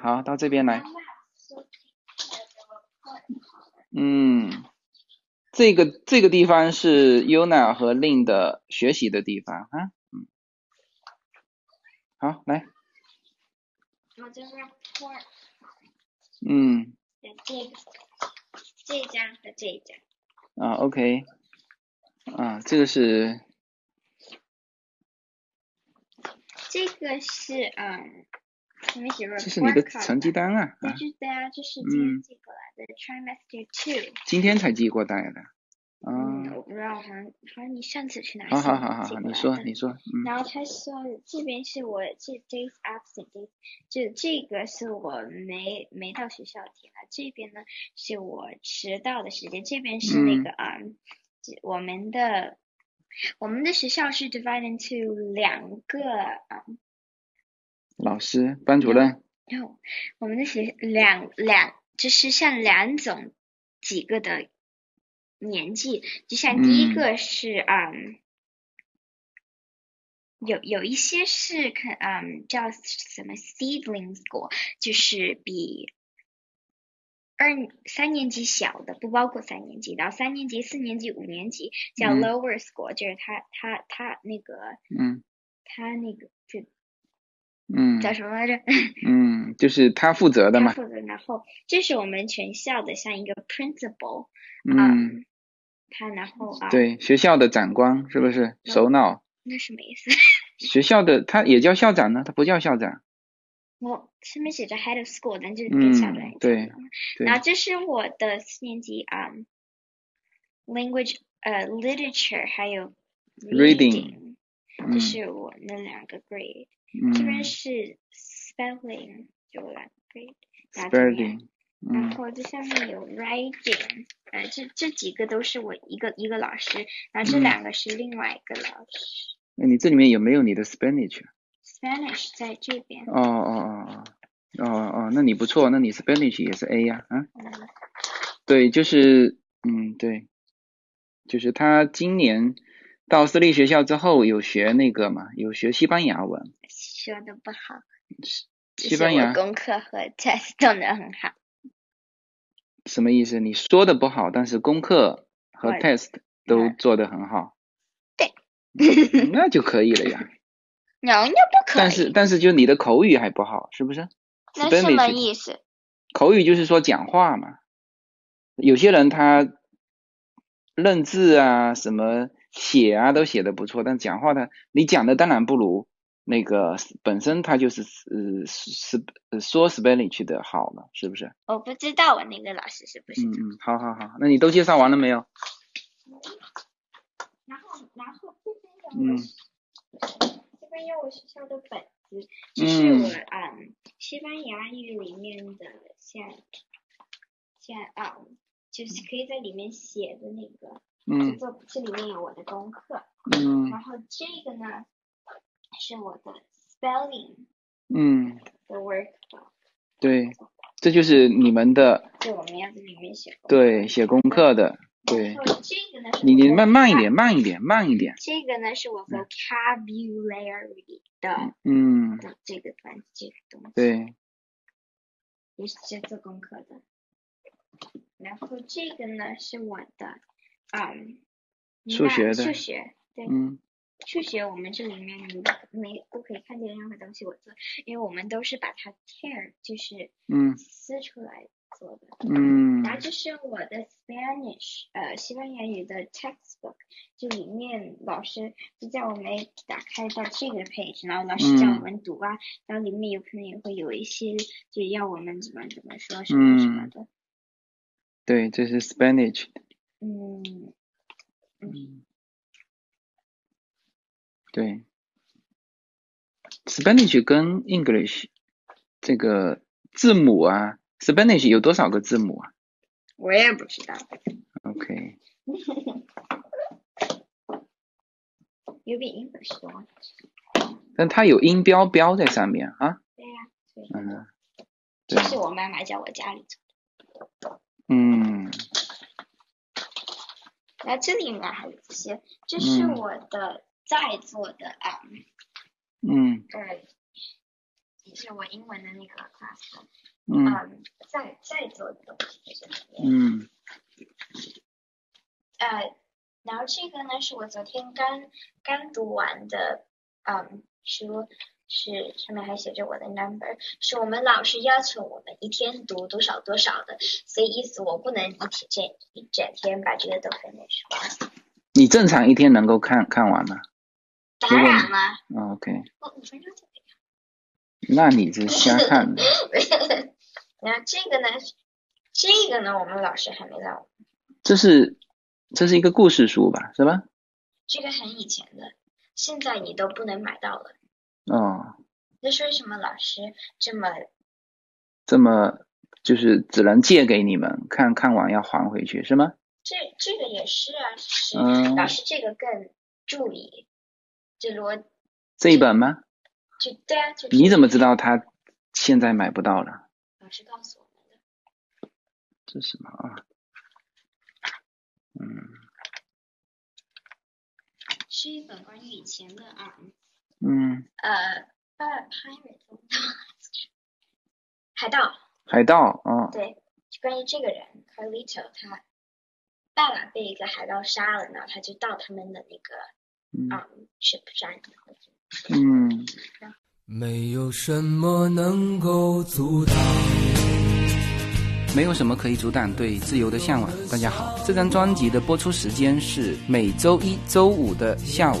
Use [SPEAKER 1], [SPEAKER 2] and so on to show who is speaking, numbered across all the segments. [SPEAKER 1] 好，到这边来。嗯，这个这个地方是 Yuna 和 Lin 的学习的地方啊。嗯，好，来，
[SPEAKER 2] 呃我就是看
[SPEAKER 1] 嗯，
[SPEAKER 2] 这个这张和这一张。
[SPEAKER 1] 啊，OK，啊，这个是，
[SPEAKER 2] 这个是嗯，我们写入
[SPEAKER 1] 这是你的成绩单啊
[SPEAKER 2] 对
[SPEAKER 1] 啊，
[SPEAKER 2] 就是对啊，这是
[SPEAKER 1] 嗯
[SPEAKER 2] 今天寄过来的 trimester two。
[SPEAKER 1] 今天才寄过来的。
[SPEAKER 2] 嗯，
[SPEAKER 1] 啊，
[SPEAKER 2] 我不知道，好像好像你上次去哪儿
[SPEAKER 1] 好好
[SPEAKER 2] 寄
[SPEAKER 1] 好好好，
[SPEAKER 2] 寄过
[SPEAKER 1] 你
[SPEAKER 2] 来
[SPEAKER 1] 说
[SPEAKER 2] 的
[SPEAKER 1] 你说，嗯，
[SPEAKER 2] 然后他说这边是我这 days absent days，就这个是我没没到学校填的，这边呢是我迟到的时间，这边是那
[SPEAKER 1] 嗯
[SPEAKER 2] 个啊、这我们的我们的学校是 divided into 两个啊、
[SPEAKER 1] 老师、班主任，
[SPEAKER 2] 然后我们的学两两就是像两种几个的年纪，就像第一
[SPEAKER 1] 嗯
[SPEAKER 2] 个是嗯，有有一些是看嗯叫什么 seedling school，就是比二三年级小的不包括三年级，然后三年级、四年级、五年级叫
[SPEAKER 1] 嗯
[SPEAKER 2] lower school，就是他他他那个
[SPEAKER 1] 嗯
[SPEAKER 2] 他那个就
[SPEAKER 1] 嗯
[SPEAKER 2] 叫什么来着？
[SPEAKER 1] 嗯，就是他负责的
[SPEAKER 2] 他
[SPEAKER 1] 嘛，
[SPEAKER 2] 负责，然后这是我们全校的像一个 principal，啊
[SPEAKER 1] 嗯，
[SPEAKER 2] 他然后啊，
[SPEAKER 1] 对，学校的长官是不是首脑？
[SPEAKER 2] 那什么意思？
[SPEAKER 1] 学校的他也叫校长呢，他不叫校长，
[SPEAKER 2] 我上面写着 head of school，但就是跟校
[SPEAKER 1] 嗯
[SPEAKER 2] 长一起
[SPEAKER 1] 对
[SPEAKER 2] 的嘛
[SPEAKER 1] 对
[SPEAKER 2] 然后这是我的四年级啊、嗯 language 呃 literature 还有
[SPEAKER 1] Reading
[SPEAKER 2] reading，这
[SPEAKER 1] 嗯
[SPEAKER 2] 是我那两个 grade，这边
[SPEAKER 1] 嗯
[SPEAKER 2] 是 spelling 就两个 grade，然后这边
[SPEAKER 1] ，spelling，
[SPEAKER 2] 然
[SPEAKER 1] 嗯
[SPEAKER 2] 后这下面有 writing，呃，这这几个都是我一个一个老师，然后这
[SPEAKER 1] 嗯
[SPEAKER 2] 两个是另外一个老师。
[SPEAKER 1] 那哎你这里面有没有你的 Spanish？啊
[SPEAKER 2] Spanish 在这边，
[SPEAKER 1] 哦哦哦哦哦哦，那你不错，那你 Spanish 也是 A 呀、啊，
[SPEAKER 2] 嗯，
[SPEAKER 1] 对，就是，嗯，对，就是他今年到私立学校之后有学那个嘛，有学西班牙文，
[SPEAKER 2] 说的不好，只
[SPEAKER 1] 西
[SPEAKER 2] 是
[SPEAKER 1] 班
[SPEAKER 2] 我
[SPEAKER 1] 牙
[SPEAKER 2] 功课和 test 做的很好，
[SPEAKER 1] 什么意思？你说的不好，但是功课和
[SPEAKER 2] 我
[SPEAKER 1] test 都
[SPEAKER 2] 嗯
[SPEAKER 1] 做得很好，
[SPEAKER 2] 对
[SPEAKER 1] 嗯，那就可以了呀。
[SPEAKER 2] 牛牛不可
[SPEAKER 1] 但是
[SPEAKER 2] 以，
[SPEAKER 1] 但是就你的口语还不好，是不是
[SPEAKER 2] 那什么
[SPEAKER 1] ？Spanish
[SPEAKER 2] 意思？
[SPEAKER 1] 口语就是说讲话嘛，有些人他认字啊、什么写啊都写的不错，但讲话他你讲的当然不如那个本身他就是呃是呃说 Spanish 的好了，是不是？
[SPEAKER 2] 我不知道我那个老师是不是
[SPEAKER 1] 嗯嗯，好好好，那你都介绍完了没有？
[SPEAKER 2] 然后，然后这边
[SPEAKER 1] 嗯
[SPEAKER 2] 有我学，这边有我学校的本子，这是我嗯西班牙语里面的像像啊，就是可以在里面写的那个，就
[SPEAKER 1] 嗯
[SPEAKER 2] 做这里面有我的功课，
[SPEAKER 1] 嗯
[SPEAKER 2] 然后这个呢是我的 spelling
[SPEAKER 1] 嗯，
[SPEAKER 2] 的 workbook，
[SPEAKER 1] 对，这就是你们的
[SPEAKER 2] 就我们要在里面写功课。
[SPEAKER 1] 对写功课的，对
[SPEAKER 2] 然后这个呢是
[SPEAKER 1] 你
[SPEAKER 2] 我
[SPEAKER 1] 你
[SPEAKER 2] 的
[SPEAKER 1] 慢慢一
[SPEAKER 2] voc-
[SPEAKER 1] 点，慢一点，慢一点，
[SPEAKER 2] 这个呢是我 vocabulary 的。
[SPEAKER 1] 嗯，
[SPEAKER 2] 的这个班这个东西，
[SPEAKER 1] 对，
[SPEAKER 2] 也是在做功课的。然后这个呢是我的，嗯，
[SPEAKER 1] 数
[SPEAKER 2] 那
[SPEAKER 1] 学的
[SPEAKER 2] 数学，对，
[SPEAKER 1] 嗯。
[SPEAKER 2] 数学我们这里面你没不可以看见任何东西我做，因为我们都是把它 tear 就是
[SPEAKER 1] 嗯
[SPEAKER 2] 撕出来做的。
[SPEAKER 1] 嗯
[SPEAKER 2] 然后这是我的 Spanish，呃，西班牙语的 textbook，这里面老师就叫我们打开到这个 page，然后老师叫我
[SPEAKER 1] 嗯
[SPEAKER 2] 们读啊，然后里面有可能也会有一些就要我们怎么怎么说什么什么
[SPEAKER 1] 嗯
[SPEAKER 2] 的，
[SPEAKER 1] 对，这是 Spanish。
[SPEAKER 2] 嗯，
[SPEAKER 1] 嗯，对，Spanish 跟 English 这个字母啊，Spanish 有多少个字母啊
[SPEAKER 2] 我也不知道，
[SPEAKER 1] ？OK，
[SPEAKER 2] 有比 English 多，
[SPEAKER 1] 但它有音标标在上面啊。
[SPEAKER 2] 对呀、所以
[SPEAKER 1] 嗯，
[SPEAKER 2] 这
[SPEAKER 1] 对，啊
[SPEAKER 2] 是我妈妈叫我家里做
[SPEAKER 1] 嗯
[SPEAKER 2] 的，然后这里面还有一些，这是
[SPEAKER 1] 嗯
[SPEAKER 2] 我的在做的啊，
[SPEAKER 1] 嗯
[SPEAKER 2] 呃，就是我英文的那个 class，
[SPEAKER 1] 嗯
[SPEAKER 2] 嗯，在在做的东西在这里面。
[SPEAKER 1] 嗯
[SPEAKER 2] 呃，然后这个呢是我昨天刚刚读完的，嗯，书是上面还写着我的 number，是我们老师要求我们一天读多少多少的，所以意思我不能一天整一整天把这个都 finish 完。
[SPEAKER 1] 你正常一天能够看看完吗
[SPEAKER 2] 当然了，
[SPEAKER 1] 哦？OK，
[SPEAKER 2] 我五分钟就可以
[SPEAKER 1] 那你是瞎看的。
[SPEAKER 2] 了。然后这个呢，这个呢我们老师还没到，
[SPEAKER 1] 这是这是一个故事书吧，是吧？
[SPEAKER 2] 这个很以前的，现在你都不能买到了。
[SPEAKER 1] 哦，
[SPEAKER 2] 这是为什么老师这么
[SPEAKER 1] 这么就是只能借给你们看看完要还回去是吗？
[SPEAKER 2] 这这个也是啊，是
[SPEAKER 1] 嗯
[SPEAKER 2] 老师这个更注意，就逻
[SPEAKER 1] 这一本吗？
[SPEAKER 2] 就对啊，就
[SPEAKER 1] 你怎么知道他现在买不到了？
[SPEAKER 2] 老师告诉我们的？
[SPEAKER 1] 这是什么啊？嗯
[SPEAKER 2] 是一本关于以前的啊，
[SPEAKER 1] 嗯，
[SPEAKER 2] 呃，呃，pirate 海盗，
[SPEAKER 1] 海盗哦，
[SPEAKER 2] 对，就关于这个人 Carlito，他爸爸被一个海盗杀了，然后他就到他们的那个
[SPEAKER 1] 嗯
[SPEAKER 2] 啊 ship 上，然后就
[SPEAKER 1] 嗯
[SPEAKER 3] 没有什么能够阻挡。
[SPEAKER 1] 没有什么可以阻挡对自由的向往。大家好，这张专辑的播出时间是每周一周五的下午，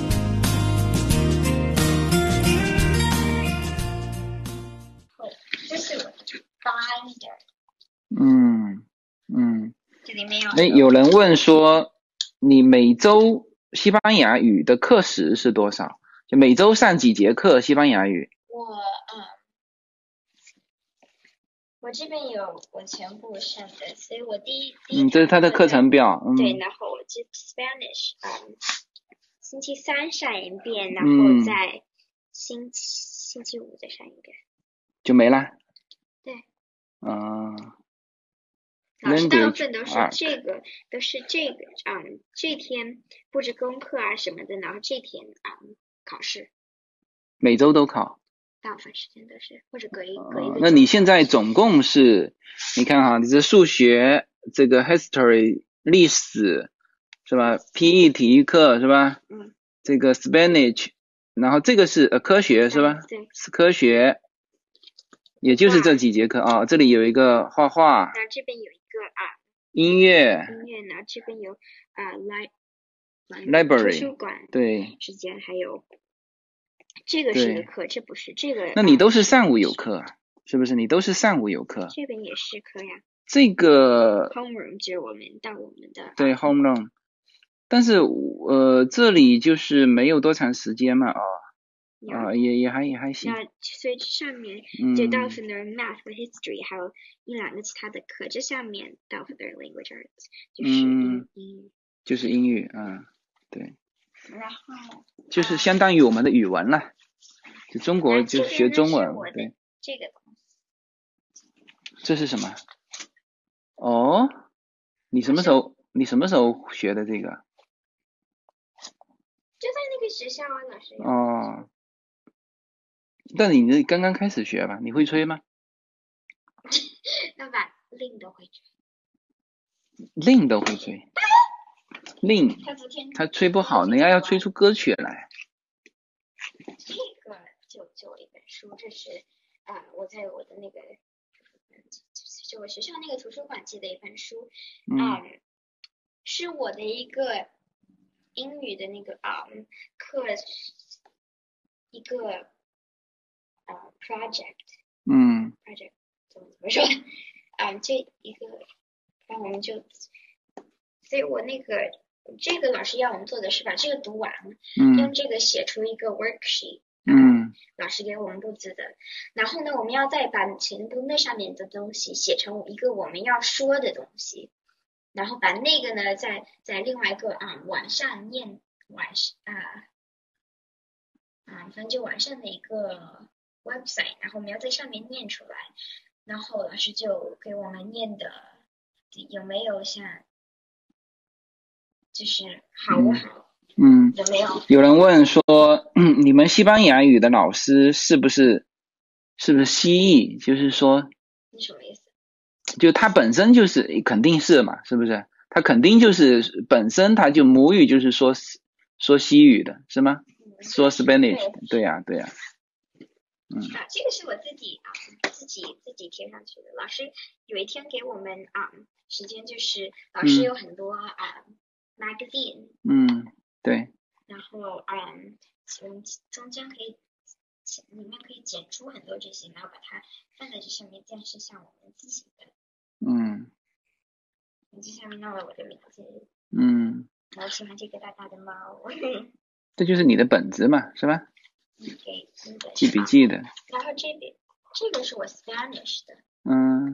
[SPEAKER 2] 这是我的 binder，
[SPEAKER 1] 嗯嗯，
[SPEAKER 2] 这里面有
[SPEAKER 1] 哎，有人问说，你每周西班牙语的课时是多少？就每周上几节课西班牙语？
[SPEAKER 2] 我嗯，我这边有我全部上的，所以我第一第一
[SPEAKER 1] 嗯，这是他的
[SPEAKER 2] 堂
[SPEAKER 1] 课程表。嗯，
[SPEAKER 2] 对，然后我就 Spanish，嗯，星期三上一遍，然
[SPEAKER 1] 嗯
[SPEAKER 2] 后在星期星期五再上一遍。
[SPEAKER 1] 就没啦。
[SPEAKER 2] 对。
[SPEAKER 1] 嗯、
[SPEAKER 2] 老师
[SPEAKER 1] Language
[SPEAKER 2] 大部分都是
[SPEAKER 1] Arc
[SPEAKER 2] 这个，都是这个，嗯，这天布置功课啊什么的，然后这天嗯考试，
[SPEAKER 1] 每周都考。
[SPEAKER 2] 大部分时间都是，或者隔一隔一
[SPEAKER 1] 哦
[SPEAKER 2] 个。
[SPEAKER 1] 那你现在总共是，你看哈，你这数学、这个 history 历史是吧？PE 体育课是吧？
[SPEAKER 2] 嗯。
[SPEAKER 1] 这个 Spanish，然后这个是呃科学是吧？
[SPEAKER 2] 对，
[SPEAKER 1] 是科学，也就是这几节课啊、这里有一个画画、
[SPEAKER 2] 然后这边有一个啊。
[SPEAKER 1] 音乐，
[SPEAKER 2] 音乐呢，这边有啊、li
[SPEAKER 1] Library
[SPEAKER 2] 图书馆
[SPEAKER 1] 对。
[SPEAKER 2] 之间还有这个是一
[SPEAKER 1] 对
[SPEAKER 2] 个课，这不是这个。
[SPEAKER 1] 那你
[SPEAKER 2] 啊
[SPEAKER 1] 都是上午有课啊，是不是？你都是上午有课。
[SPEAKER 2] 嗯这边也是课呀
[SPEAKER 1] 这个
[SPEAKER 2] ，homeroom 就是我们到我们的
[SPEAKER 1] 对，home run，但是呃，这里就是没有多长时间嘛，啊、
[SPEAKER 2] 那
[SPEAKER 1] 啊、也也还也还行，
[SPEAKER 2] 那所以这上面
[SPEAKER 1] 嗯
[SPEAKER 2] 就大部分都是 math 和 history，还有一两个其他的课。这下面大部分都是 language arts，就是
[SPEAKER 1] 嗯
[SPEAKER 2] 英语。
[SPEAKER 1] 就是英语，嗯，对，
[SPEAKER 2] 然后
[SPEAKER 1] 就是相当于我们的语文了，就中国
[SPEAKER 2] 那
[SPEAKER 1] 就
[SPEAKER 2] 这
[SPEAKER 1] 学
[SPEAKER 2] 边呢
[SPEAKER 1] 中
[SPEAKER 2] 是
[SPEAKER 1] 文
[SPEAKER 2] 我，的
[SPEAKER 1] 对，
[SPEAKER 2] 这个东西
[SPEAKER 1] 这是什么？哦，你什么时候你什么时候学的这个？
[SPEAKER 2] 就在那个学校啊，老师有。
[SPEAKER 1] 哦，但你那刚刚开始学吧？你会吹吗
[SPEAKER 2] 那把令都会吹，
[SPEAKER 1] 令都会吹，令
[SPEAKER 2] 他昨天
[SPEAKER 1] 他吹不好，人家要吹出歌曲来。
[SPEAKER 2] 这个就就有一本书，这是啊、呃我在我的那个是我学校那个图书馆借的一本书，
[SPEAKER 4] 嗯
[SPEAKER 2] 嗯，是我的一个英语的那个嗯课一个呃 project
[SPEAKER 4] 嗯
[SPEAKER 2] project 怎么怎么说？嗯，这一个，然后我们就，所以我那个这个老师要我们做的是把这个读完，用
[SPEAKER 4] 嗯
[SPEAKER 2] 这个写出一个 worksheet。
[SPEAKER 4] 嗯
[SPEAKER 2] 老师给我们布置的，然后呢，我们要再把全部那上面的东西写成一个我们要说的东西，然后把那个呢，在在另外一个啊、晚上念晚上啊啊，反正就晚上的一个 website，然后我们要在上面念出来，然后老师就给我们念的有没有像就是好不好，
[SPEAKER 4] 嗯。
[SPEAKER 2] 有没有？
[SPEAKER 4] 有人 问说，嗯你们西班牙语的老师是不是是不是蜥蜴？就是说，
[SPEAKER 2] 你什么意思？
[SPEAKER 4] 就他本身就是肯定是嘛，是不是？他肯定就是本身他就母语就是说说西语的，是吗？说
[SPEAKER 2] 嗯
[SPEAKER 4] Spanish，的对呀、对呀、
[SPEAKER 2] 啊，这个是我自己啊，自己自己贴上去的。老师有一天给我们啊，时间就是老师
[SPEAKER 4] 嗯
[SPEAKER 2] 有很多啊 magazine，
[SPEAKER 4] 嗯，对，
[SPEAKER 2] 然后啊，嗯，中间可以里面可以剪出很多这些，然后把它放在这上面，这样是像我们自己的。
[SPEAKER 4] 嗯
[SPEAKER 2] 你这上面弄了我的名字，
[SPEAKER 4] 嗯，
[SPEAKER 2] 然后喜欢这个大大的猫， 嗯
[SPEAKER 4] 这就是你的本职嘛，是吧？
[SPEAKER 2] 给那个
[SPEAKER 4] 记
[SPEAKER 2] 是
[SPEAKER 4] 笔
[SPEAKER 2] 吧
[SPEAKER 4] 记的，
[SPEAKER 2] 然后这边这个是我 Spanish 的，
[SPEAKER 4] 嗯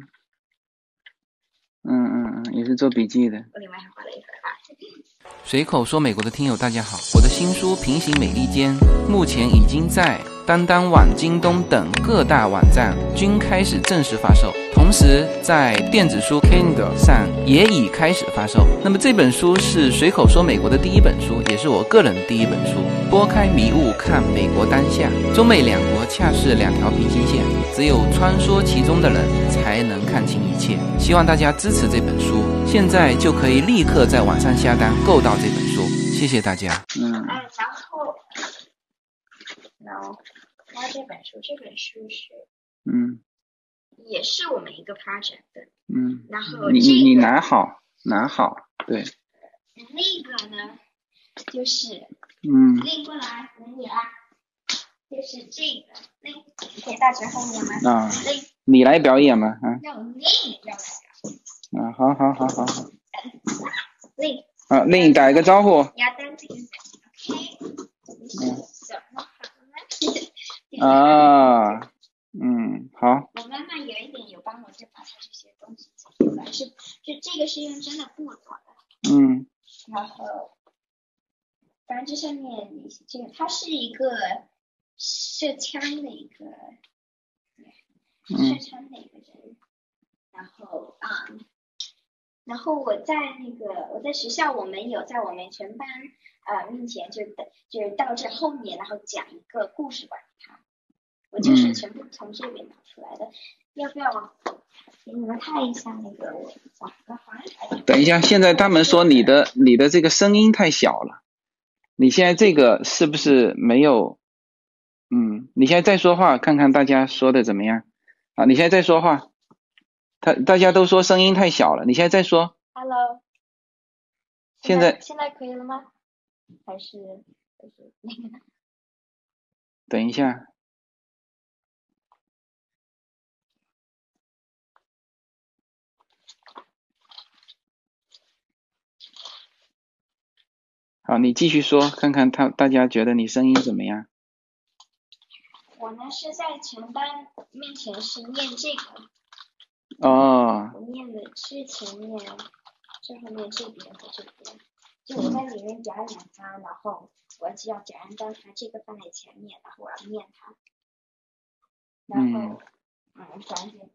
[SPEAKER 4] 嗯嗯嗯，也是做笔记的。
[SPEAKER 2] 我另外还画了一幅啊画。
[SPEAKER 1] 随口说美国的听友，大家好，我的新书《平行美利坚》目前已经在当当网、京东等各大网站均开始正式发售，同时在电子书 Kindle 上也已开始发售。那么这本书是随口说美国的第一本书，也是我个人的第一本书。拨开迷雾看美国当下，中美两国恰是两条平行线，只有穿梭其中的人才能看清一切。希望大家支持这本书，现在就可以立刻在网上下单购到这本书。谢谢大家。
[SPEAKER 4] 嗯
[SPEAKER 2] 哎，然后，然后，然后这本书，这本书是
[SPEAKER 4] 嗯
[SPEAKER 2] 也是我们一个 project 的。
[SPEAKER 4] 嗯，
[SPEAKER 2] 然后
[SPEAKER 4] 你
[SPEAKER 2] 哦这
[SPEAKER 4] 你你
[SPEAKER 2] 个
[SPEAKER 4] 拿好拿好，对，
[SPEAKER 2] 那个呢，就是
[SPEAKER 4] 嗯
[SPEAKER 2] 拎过来可以啦，啊就是这个拎，你可以带在后面吗？
[SPEAKER 4] 啊，
[SPEAKER 2] 拎，
[SPEAKER 4] 你来表演嘛，啊
[SPEAKER 2] 要拎，要来
[SPEAKER 4] 啊，好好好好好，
[SPEAKER 2] 拎，
[SPEAKER 4] 啊，令打一个招呼，
[SPEAKER 2] 你要担这个，OK？你是怎么好呢？
[SPEAKER 4] 嗯 啊，嗯，好，
[SPEAKER 2] 我妈妈有一点有帮我，就把它这些东西做出来，是是这个是用真的布做的，
[SPEAKER 4] 嗯
[SPEAKER 2] 然后反正这上面你这个它是一个射枪的一个射
[SPEAKER 4] 嗯
[SPEAKER 2] 枪的一个人，然后啊、嗯然后我在那个我在学校，我们有在我们全班呃面前就就是到这后面，然后讲一个故事关于他，我就是
[SPEAKER 4] 嗯
[SPEAKER 2] 全部从这边拿出来的，要不要我给你们看一下那个我我我好像还有
[SPEAKER 4] 等一下，现在他们说你的呃你的这个声音太小了，你现在这个是不是没有？嗯，你现在再说话，看看大家说的怎么样啊？你现在再说话，他大家都说声音太小了，你现在再说，
[SPEAKER 2] Hello，
[SPEAKER 4] 现在
[SPEAKER 2] 现在可以了吗？还是还是那个呢？
[SPEAKER 4] 等一下，好，你继续说，看看他大家觉得你声音怎么样？
[SPEAKER 2] 我呢是在全班面前是念这个，
[SPEAKER 4] 哦，
[SPEAKER 2] 我念的是前面，最后面这边和这边，就我在里面表演它，然后我只要表演到它这个放在前面，然后我要念它，然后嗯，转点。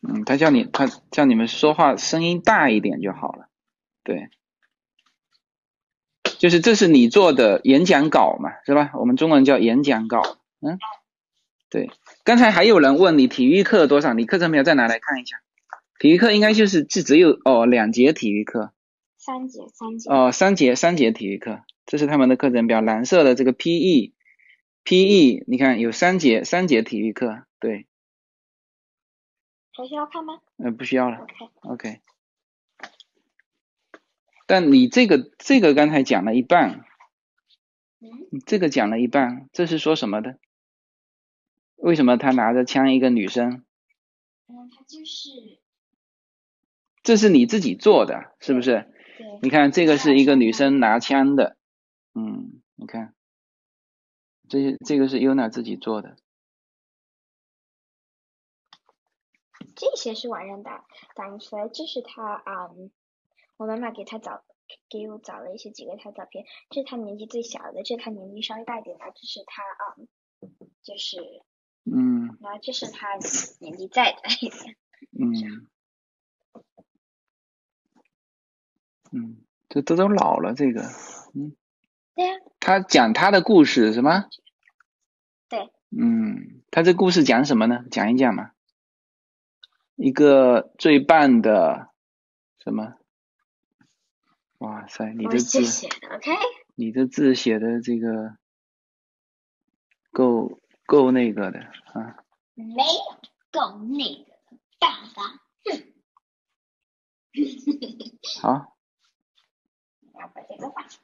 [SPEAKER 4] 嗯，他叫你，他叫你们说话声音大一点就好了。对，就是这是你做的演讲稿嘛，是吧？我们中文叫演讲稿。嗯，对。刚才还有人问你体育课多少，你课程表再拿来看一下。体育课应该就是这只有哦两节体育课
[SPEAKER 2] 三节三节，
[SPEAKER 4] 哦三节三节体育课，这是他们的课程表，蓝色的这个 E，PE，PE 你看有三节三节体育课，对，
[SPEAKER 2] 还需要看吗
[SPEAKER 4] 嗯、不需要了。
[SPEAKER 2] ？OK，
[SPEAKER 4] OK，但你这个这个刚才讲了一半，
[SPEAKER 2] 嗯，
[SPEAKER 4] 你这个讲了一半，这是说什么的？为什么他拿着枪一个女生？
[SPEAKER 2] 嗯，它就是
[SPEAKER 4] 这是你自己做的，是不是？
[SPEAKER 2] 对，
[SPEAKER 4] 你看这个是一个女生拿枪的，嗯，你看，这是这个是 Yuna 自己做的，
[SPEAKER 2] 这些是网上打打印出来，这是他嗯，我妈妈给他找给我找了一些几个他照片，这是他年纪最小的，这是他年纪稍微大一点的，这是他嗯，就是
[SPEAKER 4] 嗯
[SPEAKER 2] 然后这是他年纪再大一点，
[SPEAKER 4] 嗯嗯，这都都老了，这个
[SPEAKER 2] 对啊呀、
[SPEAKER 4] 他讲他的故事什么？
[SPEAKER 2] 对，
[SPEAKER 4] 嗯，他这故事讲什么呢？讲一讲嘛。一个最棒的什么？哇塞，你
[SPEAKER 2] 我
[SPEAKER 4] 的
[SPEAKER 2] 是
[SPEAKER 4] 字。
[SPEAKER 2] 写的，OK，
[SPEAKER 4] 你的字写的这个够够那个的啊，
[SPEAKER 2] 没有够那个爸爸，
[SPEAKER 4] 好，
[SPEAKER 2] 然后把这个画上，